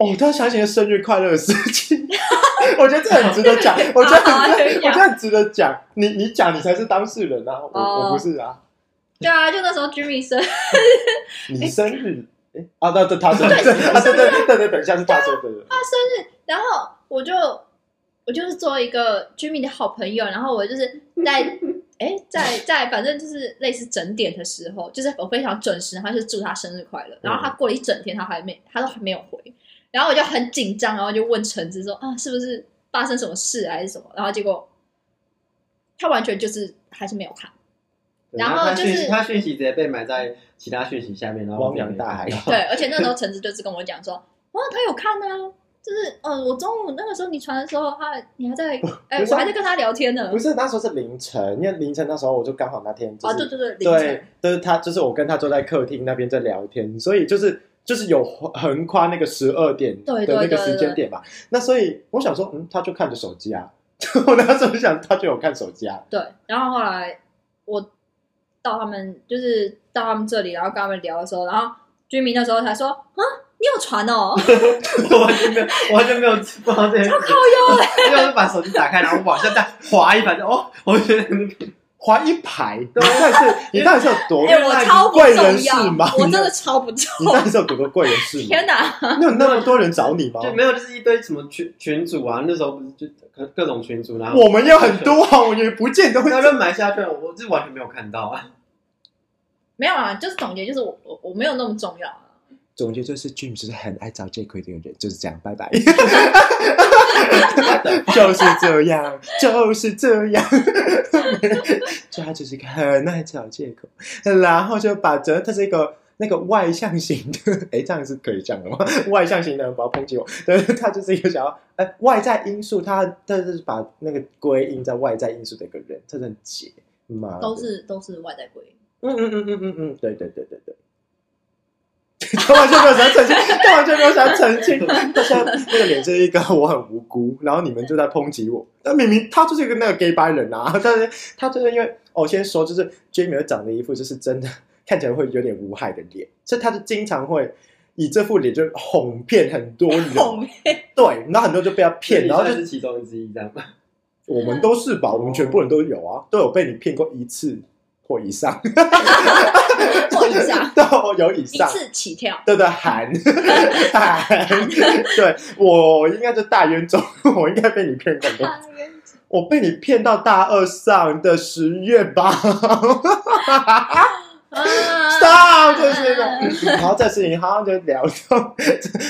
Speaker 2: 我突然想起了生日快乐的事情， 我觉得这很值得讲，我觉得
Speaker 4: 哦好好
Speaker 2: 很值
Speaker 4: 可以
Speaker 2: 得，我
Speaker 4: 讲
Speaker 2: 觉得很值得讲。你你讲，你才是当事人啊，我、
Speaker 4: 哦
Speaker 2: 我不是啊，
Speaker 4: 对啊，就那时候居民生，
Speaker 2: 你生日。诶啊，对对，他生日，啊，对对对对对，等一下是他生日，
Speaker 4: 然后我就我就是做一个居民的好朋友，然后我就是在。哎，在在，反正就是类似整点的时候，就是我非常准时，然后就祝他生日快乐。然
Speaker 5: 嗯
Speaker 4: 后他过了一整天，他还没，他都还没有回。然后我就很紧张，然后就问橙子说啊，是不是发生什么事还是什么？然后结果他完全就是还是没有看。
Speaker 5: 对
Speaker 4: 然后
Speaker 5: 他
Speaker 4: 就是
Speaker 5: 讯息他讯息直接被埋在其他讯息下面，然后
Speaker 2: 汪洋大海
Speaker 5: 然后
Speaker 4: 对，而且那时候橙子就是跟我讲说，哦，他有看啊，就是呃，我中午那个时候你传的时候，他你还在，哎、
Speaker 2: 不是
Speaker 4: 我
Speaker 2: 啊
Speaker 4: 还在跟他聊天呢
Speaker 2: 不。是那时候是凌晨，因为凌晨那时候我就刚好那天就
Speaker 4: 啊，
Speaker 2: 是、
Speaker 4: 对对对，凌
Speaker 2: 对
Speaker 4: 晨，，
Speaker 2: 就是他，就是我跟他坐在客厅那边在聊天，所以就是就是有横跨那个十二点的
Speaker 4: 对对
Speaker 2: 那个
Speaker 4: 对
Speaker 2: 时间
Speaker 4: 对
Speaker 2: 点吧。那所以我想说，嗯，他就看着手机啊， 我那时候就想他就有看手机啊，
Speaker 4: 对。然后后来我到他们就是到他们这里，然后跟他们聊的时候，然后居民那时候才说，啊，你有传哦，
Speaker 5: 我完全没有，我完全没有知道 这件事情，
Speaker 4: 靠腰，欸
Speaker 5: 因为我就把手机打开，然后往下再滑一把，就哦，我觉得
Speaker 2: 划一排，你到底 是你到底是有多
Speaker 4: 哎、我超不
Speaker 2: 贵人
Speaker 4: 重
Speaker 2: 事
Speaker 4: 要，
Speaker 2: 吗？
Speaker 4: 我真的超不重
Speaker 2: 你到底是有多多贵人事吗
Speaker 4: 天？哪！
Speaker 2: 那有那么多人找你 吗？
Speaker 5: 就没有，就是一堆什么群群主啊，那时候不是就各各种群主，然后
Speaker 2: 我们也很多啊，我也不见得会
Speaker 5: 他就埋下去了，我是完全没有看到啊。
Speaker 4: 没有啊，就是总结，就是我我我没有那么重要啊。
Speaker 2: 总结就是 Jim 就是很爱找借口的人，就是这样，拜拜。 就是这样，就是这样， 就他就是一个很爱找借口，然后就把责他是一个那个外向型的， 哎，这样是可以讲的吗？外向型的人不要抨击我，对，他就是一个想要哎外在因素，他他就是把那个归因在外在因素的一个人，他真的很解妈的
Speaker 4: 都是都是外在归因。
Speaker 2: 嗯嗯嗯嗯嗯嗯，对对对对对。他完全没有想澄清，他完全没有想澄清，他现在那个脸是一个我很无辜，然后你们就在抨击我。那明明他就是一个那个 gay 白人啊，但是他就是因为哦，先说就是 Jamie 长得一副就是真的看起来会有点无害的脸，所以他就经常会以这副脸就哄骗很多人，
Speaker 4: 后面
Speaker 2: 对，然后很多就被他骗，
Speaker 5: 你
Speaker 2: 然后就
Speaker 5: 算是其中之一，这样吗？
Speaker 2: 我们都是吧，我们全部人都有啊，都有被你骗过一次或以上，
Speaker 4: 或以 上
Speaker 2: 都有以
Speaker 4: 一
Speaker 2: 上，
Speaker 4: 次起跳，
Speaker 2: 对对，韩韩，对我应该就大冤种，我应该被你骗很多，我被你骗到大二上的十月吧
Speaker 4: 啊
Speaker 2: ，stop 这是一个，然后这事情好像就聊到，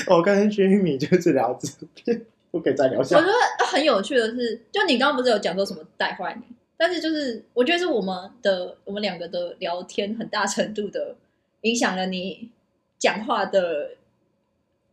Speaker 2: 我跟 Jimmy 就是聊这边，不可以再聊
Speaker 4: 我
Speaker 2: 下
Speaker 4: 觉，得很有趣的是，就你刚刚不是有讲说什么带坏你，但是就是我觉得是我们的我们两个的聊天很大程度的影响了你讲话的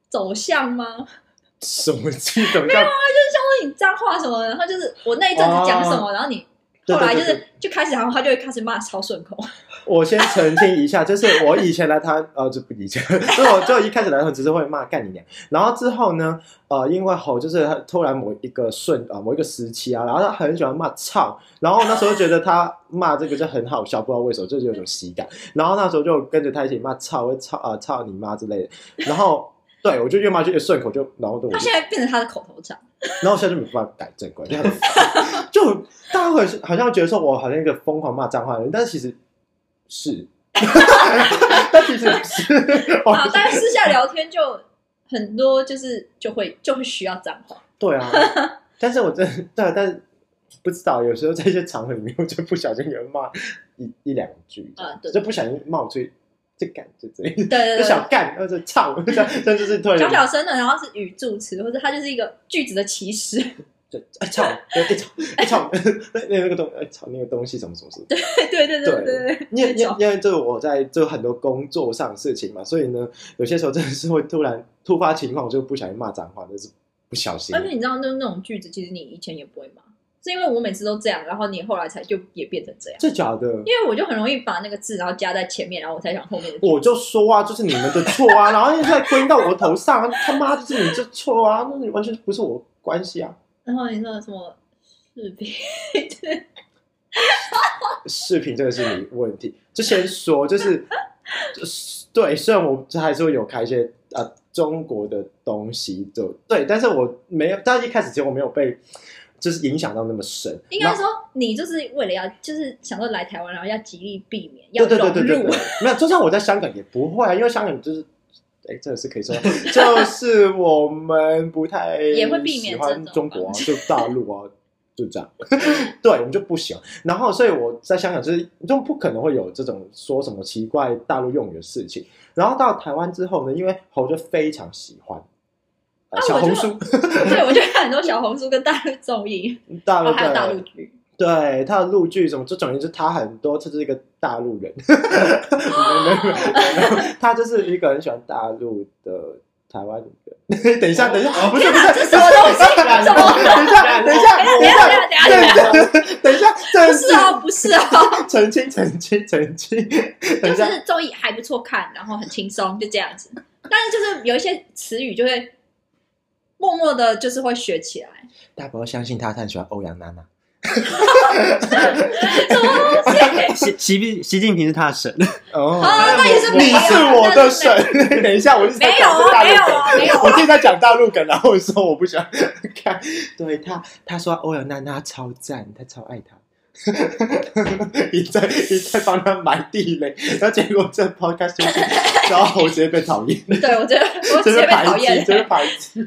Speaker 4: 走向吗？
Speaker 2: 什么气怎么叫
Speaker 4: 就是像是你脏话什么的，然后就是我那一阵子讲什么，然后你。
Speaker 2: 对对
Speaker 4: 后来就
Speaker 2: 哦对
Speaker 4: 是就开始，然后他就会开始骂超顺口，
Speaker 2: 我先澄清一下，就是我以前来台湾，呃，就不以前，就是我就一开始来台湾只是会骂干你娘，然后之后呢，呃，因为吼就是突然某一个瞬啊、呃某一个时期啊，然后他很喜欢骂操，然后那时候觉得他骂这个就很好笑，不知道为什么就是有种喜感，然后那时候就跟着他一起骂操，会操啊、呃操你妈之类的，然后。对，我就越骂就越顺口，就然后对我
Speaker 4: 他
Speaker 2: 就
Speaker 4: 现在变成他的口头禅。
Speaker 2: 然后现在就没办法改正过来，就很烦 就大家会好像觉得说我好像一个疯狂骂脏话的人，但是其实是， 但其实不是，我
Speaker 4: 好，哦但是私下聊天就很多，就是就会就会需要脏话。
Speaker 2: 对啊，但是我真的对啊，但是不知道有时候在一些场合里面，我就不小心有人骂一一两句，
Speaker 4: 啊对
Speaker 2: 就不小心冒出这干就这类，
Speaker 4: 对对
Speaker 2: 就
Speaker 4: 对，
Speaker 2: 想干，或者唱，这这就是突然
Speaker 4: 小
Speaker 2: 有
Speaker 4: 小声的，然后是语助词，或者它就是一个句子的起始。
Speaker 2: 就哎唱，哎唱，哎唱， 那那个东哎唱那个东西什么什么什么。
Speaker 4: 对对对对对对，
Speaker 2: 因为因为
Speaker 4: 那种
Speaker 2: 因为就是我在做很多工作上的事情嘛，所以呢，有些时候真的是会突然突发情况，我就不小心骂脏话，就是不小心
Speaker 4: 而。且你知道，那那种句子，其实你以前也不会骂，是因为我每次都这样，然后你后来才就也变成这样。
Speaker 2: 这假的，
Speaker 4: 因为我就很容易把那个字然后加在前面，然后我才想后面的句
Speaker 2: 我就说啊，就是你们的错啊，然后现在归到我头上，他妈就是你这错啊，那你完全不是我关系啊。
Speaker 4: 然后你说什么视频？
Speaker 2: 视频这个是你问题，就先说，就是，就是对，虽然我还是会有开一些呃中国的东西，就对，但是我没有，但一开始结果没有被。就是影响到那么深，
Speaker 4: 应
Speaker 2: 然
Speaker 4: 该
Speaker 2: 后
Speaker 4: 说你就是为了要，就是想说来台湾，然后要极力避免，要
Speaker 2: 对对
Speaker 4: 融
Speaker 2: 对对对
Speaker 4: 入
Speaker 2: 对， 没有，就算我在香港也不会啊，因为香港就是，哎，真的是可 以说，就是我们不太
Speaker 4: 也会避
Speaker 2: 喜
Speaker 4: 免这
Speaker 2: 欢
Speaker 4: 种
Speaker 2: 中国啊，就大陆啊，就这样， 对，我们就不喜欢。然后，所以我在香港就是就不可能会有这种说什么奇怪大陆用语的事情。然后到台湾之后呢，因为猴就非常喜欢。呃
Speaker 4: 啊
Speaker 2: 小
Speaker 4: 我
Speaker 2: 红
Speaker 4: 就哦
Speaker 2: 书，
Speaker 4: 对，我就看很多小红书跟大陆综艺，
Speaker 2: 大
Speaker 4: 然
Speaker 2: 陆
Speaker 4: 后还有
Speaker 2: 的
Speaker 4: 大陆剧。
Speaker 2: 对他的陆剧什么，就总而言之，他很多，他就是一个大陆人， 没有没有没有没有他就是一个很喜欢大陆的台湾人。 等一下，等一下，不是不是，
Speaker 4: 这什么东西？什么？
Speaker 2: 等一下，等一下，
Speaker 4: 等一下，等一下，等一下，等一下，
Speaker 2: 等一下，
Speaker 4: 不
Speaker 2: 这
Speaker 4: 是哦，不是哦，
Speaker 2: 澄清澄清澄清，等
Speaker 4: 就
Speaker 2: 一下，
Speaker 4: 是综艺还不错看，然后很轻松，就这样子。但是就是有一些词语就会默默的，就是会学起来。
Speaker 2: 大伯相信他，他很喜欢欧阳娜娜。
Speaker 3: 习习近习近平是他的神，
Speaker 2: 哦
Speaker 4: 啊那也是
Speaker 2: 你
Speaker 4: 没有
Speaker 2: 是我的神。等一下，我是在讲这大陆
Speaker 4: 没有啊
Speaker 2: 梗，
Speaker 4: 没有啊没有啊
Speaker 2: 我现在讲大陆梗，然后我说我不喜欢看。对他，他说欧阳娜娜超赞，他超爱他。 一再一再帮他埋地雷，然后结果这 podcast 就是然后我直接被讨厌，
Speaker 4: 对我觉得 我
Speaker 2: 真
Speaker 4: 直
Speaker 2: 是
Speaker 4: 接被讨
Speaker 2: 排挤，
Speaker 4: 厌
Speaker 2: 真是排挤。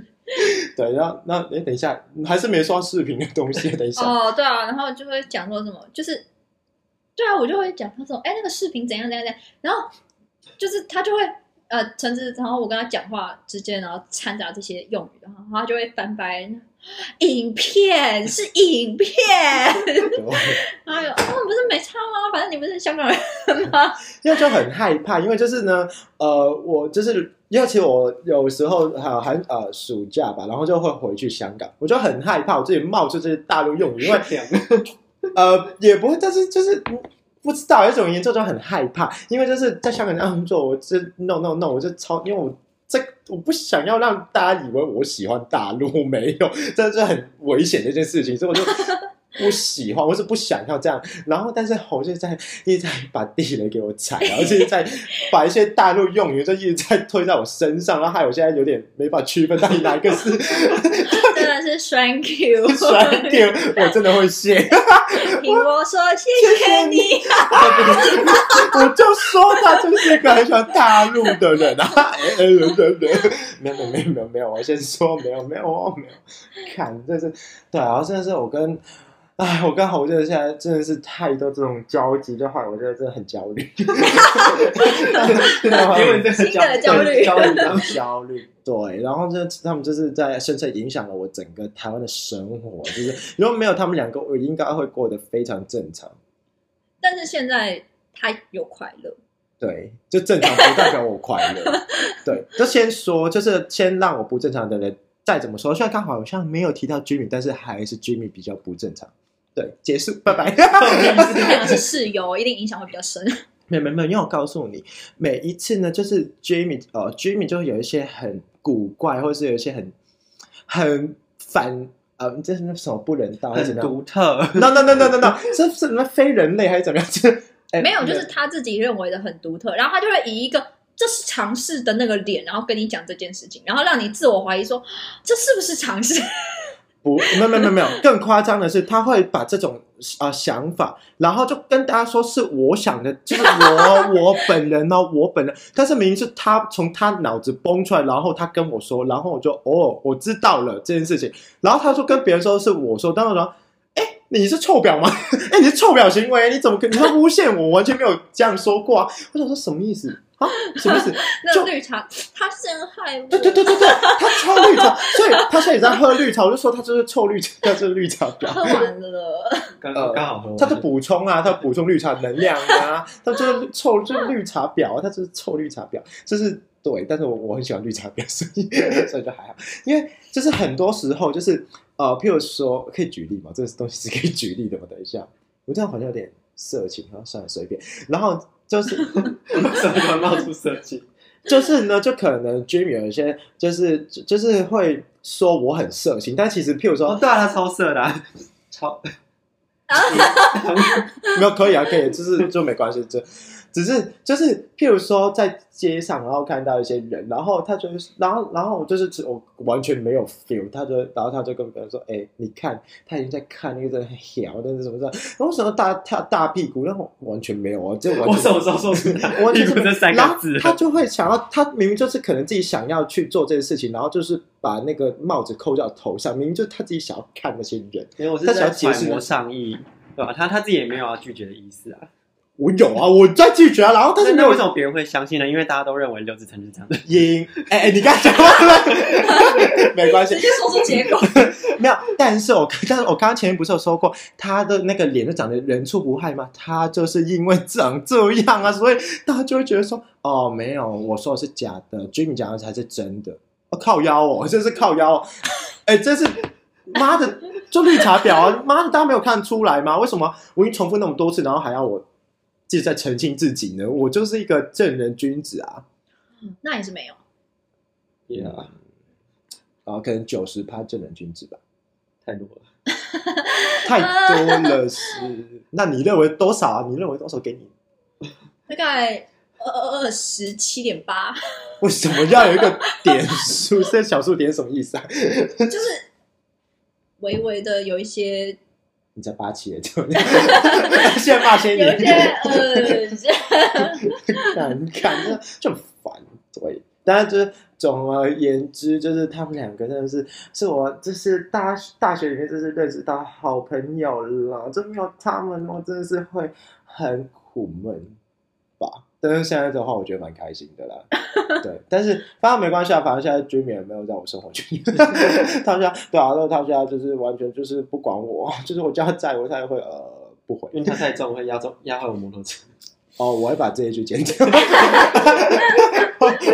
Speaker 2: 对，然后那哎，等一下，还是没说到视频的东西，等一下。
Speaker 4: 哦，对啊，然后就会讲说什么，就是对啊，我就会讲他说，哎，那个视频怎样怎样怎样，然后就是他就会呃，橙子，然后我跟他讲话之间，然后掺杂这些用语，然后他就会翻白眼，影片是影片， 哎呦，哦，不是没差吗？反正你不是香港人吗？
Speaker 2: 因为就很害怕，因为就是呢，呃，我就是因为其实我有时候呃寒呃暑假吧，然后就会回去香港，我就很害怕我自己冒出这些大陆用语，因为
Speaker 5: 这样，
Speaker 2: 呃也不会，但是就是不不知道有一种研究就很害怕，因为就是在香港这样工作，我这 no no no，我就超因为我。这我不想要让大家以为我喜欢大陆，没有，这是很危险的一件事情，所以我就 不喜欢，我是不想要这样。然后，但是我就在一直在把地雷给我踩，然后就是在把一些大陆用语就一直在推在我身上，然后害我现在有点没法区分到底哪一个是
Speaker 4: 真的是 thank you，
Speaker 2: 甩掉，我真的会谢。
Speaker 4: 听我说，谢谢你。
Speaker 2: 我就说他就是一个很喜欢大陆的人啊！哎哎哎哎没有没有没有没有没有，我先说没有没有哦没有，看这是对啊，然后真的是我跟。哎，我跟侯震现在真的是太多这种交集，就害我真的真的很焦虑，
Speaker 5: 因为这个
Speaker 4: 新的焦虑
Speaker 5: 焦虑
Speaker 2: 很焦虑。 对，然后就他们就是在深深影响了我整个台湾的生活，就是如果没有他们两个，我应该会过得非常正常。
Speaker 4: 但是现在他有快乐，
Speaker 2: 对，就正常不代表我 快乐。对，就先说，就是先让我不正常的人再怎么说，虽然刚好好像没有提到 Jimmy，但是还是 Jimmy 比较不正常。对，结束，拜 拜。
Speaker 4: 他两个是室友，一定影响会比较 深。
Speaker 2: 没有没有没有，因为我告诉你，每一次呢，就是 Jimmy 呃，Jimmy 就会有一些很古怪，或是有一些很很反呃，这是那什么不人道，还是怎么
Speaker 3: 很
Speaker 2: 样
Speaker 3: 独特。
Speaker 2: ？No No No No No No，是是什么非人类还是怎么样？就是哎
Speaker 4: 没有，就是他自己认为的很独特，然后他就会以一个这是尝试的那个脸，然后跟你讲这件事情，然后让你自我怀疑说这是不是尝试？
Speaker 2: 不，没有没有没有没 有，更夸张的是，他会把这种啊、呃想法，然后就跟大家说是我想的，就是我我本人哦，我本人，但是明明是他从他脑子崩出来，然后他跟我说，然后我就哦，我知道了这件事情，然后他说跟别人说是我说，当然说，哎，你是臭婊吗？ 哎，你是臭婊行为，你怎么可你会诬陷我？我完全没有这样说过啊！我想说什么意思啊？什么意思？
Speaker 4: 那
Speaker 2: 就
Speaker 4: 绿茶他陷害我，
Speaker 2: 对对对对对，他超绿茶，所以他现在也在喝绿茶，我就说他就是臭绿茶，他就是绿茶 婊。
Speaker 4: 喝完 了，
Speaker 5: 刚刚刚好
Speaker 3: 哦
Speaker 5: 和我
Speaker 2: 他就补充啊，他补充绿茶能量啊，他就是臭，就是绿茶婊啊，他就是臭绿茶婊，就是对。但是我我很喜欢绿茶婊，所以所以就还好，因为就是很多时候就是呃，譬如说可以举例嘛，这个东西是可以举例的嘛。等一下，我这样好像有点色情，然后算了随便，然后就是。
Speaker 5: 怎么会冒出设计？
Speaker 2: 就是呢，就可能 Jimmy 有一些就是就是会说我很色情，但其实譬如说
Speaker 3: 哦，对啊，他超色的啊，
Speaker 5: 超
Speaker 2: 没有，可以啊，可以，就是就没关系，就只是就是，譬如说在街上，然后看到一些人，然后他就是，然后然后我就是我完全没有 feel，他就然后他就跟别人说，哎、你看他已经在看那个人很屌的是什么的，然后我想到大大大屁股，然后完全没有啊，这完
Speaker 5: 我
Speaker 2: 全
Speaker 5: 什。么时候说出来？
Speaker 2: 完全
Speaker 3: 屁
Speaker 2: 是
Speaker 3: 股这三
Speaker 2: 然
Speaker 3: 个
Speaker 2: 后
Speaker 3: 字，
Speaker 2: 他就会想要，他明明就是可能自己想要去做这件事情，然后就是把那个帽子扣到头上，明明就是他自己想要看那些人，
Speaker 5: 没有，我是
Speaker 2: 他想
Speaker 5: 在
Speaker 2: 要解
Speaker 5: 揣
Speaker 2: 释
Speaker 5: 摩上意，对吧？他他自己也没有要拒绝的意思啊。
Speaker 2: 我有啊，我在拒绝啊，然后但
Speaker 3: 那
Speaker 2: 是没
Speaker 3: 那
Speaker 2: 有
Speaker 3: 为什么别人会相信呢？因为大家都认为六字成是这样的。
Speaker 2: 赢。哎、哎，你刚才讲话了， 没关系
Speaker 4: 直，接说出结果。
Speaker 2: 没有。但是我但是我刚刚前面不是有说过，他的那个脸就长得人畜无害嘛，他就是因为长这样啊，所以大家就会觉得说，哦，没有，我说的是假的，Jimmy 讲的才是真的。哦、靠腰哦，这是靠腰、哦，哎，这是妈的，就绿茶婊啊！妈的，大家没有看出来吗？为什么我已经重复那么多次，然后还要我自己在澄清自己呢？我就是一个正人君子啊。
Speaker 4: 那也是没有，
Speaker 5: Yeah，
Speaker 2: 然后可能九十趴正人君子吧，
Speaker 5: 太多了。
Speaker 2: 太多了是？那你认为多少啊？你认为多少给你？
Speaker 4: 大概二二二十七点八，
Speaker 2: 为什么要有一个点数？ 这小数点什么意思啊？
Speaker 4: 就是微微的有一些
Speaker 2: 你才八七耶，就 先骂先
Speaker 4: 有一些
Speaker 2: 赢，
Speaker 4: 呃，
Speaker 2: 看看这就很烦。对，当然就是总而言之，就是他们两个真的是是我就是大大学里面就是认识到好朋友了，就没有他们，我真的是会很苦闷吧。但是现在的话，我觉得蛮开心的啦。对，但是反正没关系啊，反正现在 Jimmy 也没有在我生活圈， 他们家对啊，那他们家就是完全就是不管我，就是我叫他载我，他也会呃不回
Speaker 5: 因。为它太重会压中压坏我摩托车。
Speaker 2: 哦，我会把这一句剪 掉。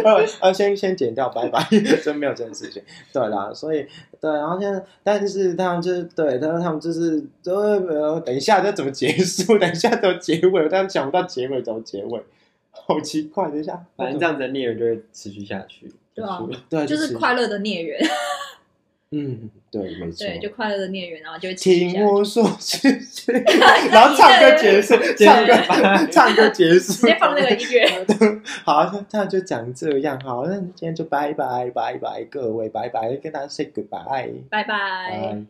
Speaker 2: 呃呃，先先剪掉，拜 拜，真没有这件事情。对啦，所以对，然后现在，但是他们就是对，但是他们就是呃，等一下这怎么结束？等一下怎么结尾？我但想不到结尾怎么结尾，好奇怪。等一下，
Speaker 5: 反正这样子的孽缘就会持续下去。
Speaker 4: 对啊
Speaker 5: 就是
Speaker 2: 对，
Speaker 4: 就是快乐的孽缘，
Speaker 2: 嗯，对，没错，
Speaker 4: 对，就快乐的孽缘，然后就会持续下
Speaker 2: 听
Speaker 4: 去
Speaker 2: 我说 谢谢，然后唱歌结束，唱歌唱歌结束，
Speaker 4: 直接放那个音乐。
Speaker 2: 好，那就讲这样。好，那今天就拜拜拜拜，各位拜拜，跟大家 say goodbye。
Speaker 4: 拜拜。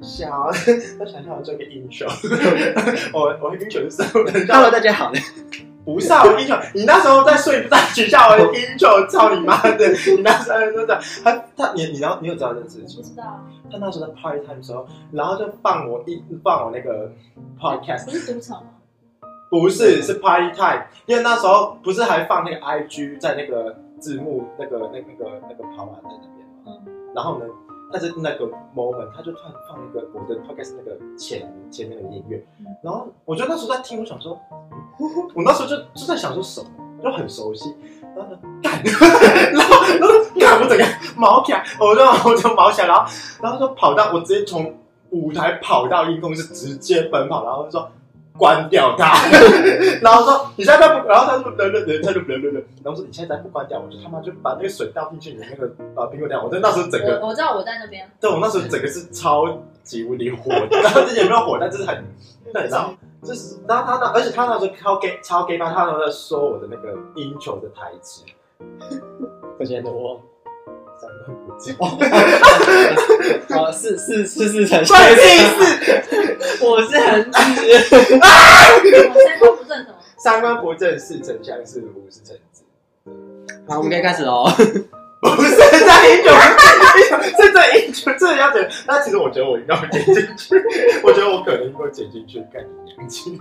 Speaker 2: 想，我想想，我做个 intro，我我 intro 是什么
Speaker 3: Hello，大家好，
Speaker 2: 不是啊，我 intro，你那时候在睡在学校，我 intro，操你妈的！你那时候真的，他他你你要你有知道这件事情？
Speaker 4: 知道，
Speaker 2: 他那时候在 party time 的时候，然后就放我一放我那个 podcast，
Speaker 4: 不是赌场吗？
Speaker 2: 不是，是 Party Time，因为那时候不是还放那个 IG 在那个字幕那个那那个那个跑马在那边吗？
Speaker 4: 嗯
Speaker 2: 然后呢，但是那个 moment 他就突然放那个我的 podcast 那个前前面的音乐
Speaker 4: 嗯，
Speaker 2: 然后我就那时候在听，我想说，呼呼我那时候就就在想说什么，就很熟悉，然后呢，干，然后然后干，我整个毛起来，我就我就毛起来，然后然后就跑到我直接从舞台跑到音控室直接奔跑，然后就说。关掉它，然后说你现在不，然后他就不不不，他就不不不，然后说你现在再不关掉，我就他妈就把那个水倒进去你的那个呃苹果掉，我在那时候整个，
Speaker 4: 我我知道我在那边，
Speaker 2: 对我那时候整个是超级无敌火，然后自己也没有火，但就是很，对，然后就是然后他那而且他那时候超 gay 超 gay 吧，他那时候在说我的那个音球的台词，
Speaker 5: 我觉得我
Speaker 2: 三观不 正，
Speaker 5: 啊是是是是陈先
Speaker 2: 关屁
Speaker 5: 生，
Speaker 2: 事，
Speaker 5: 我是很直。
Speaker 4: 我三观不正什么？
Speaker 2: 三观不正是丞相是武是臣子，
Speaker 5: 好，我们可以开始喽。
Speaker 2: 不是在英雄，是在英雄，这要剪。那其实我觉得我应该会剪进去，我觉得我可能会剪进去，干你娘鸡！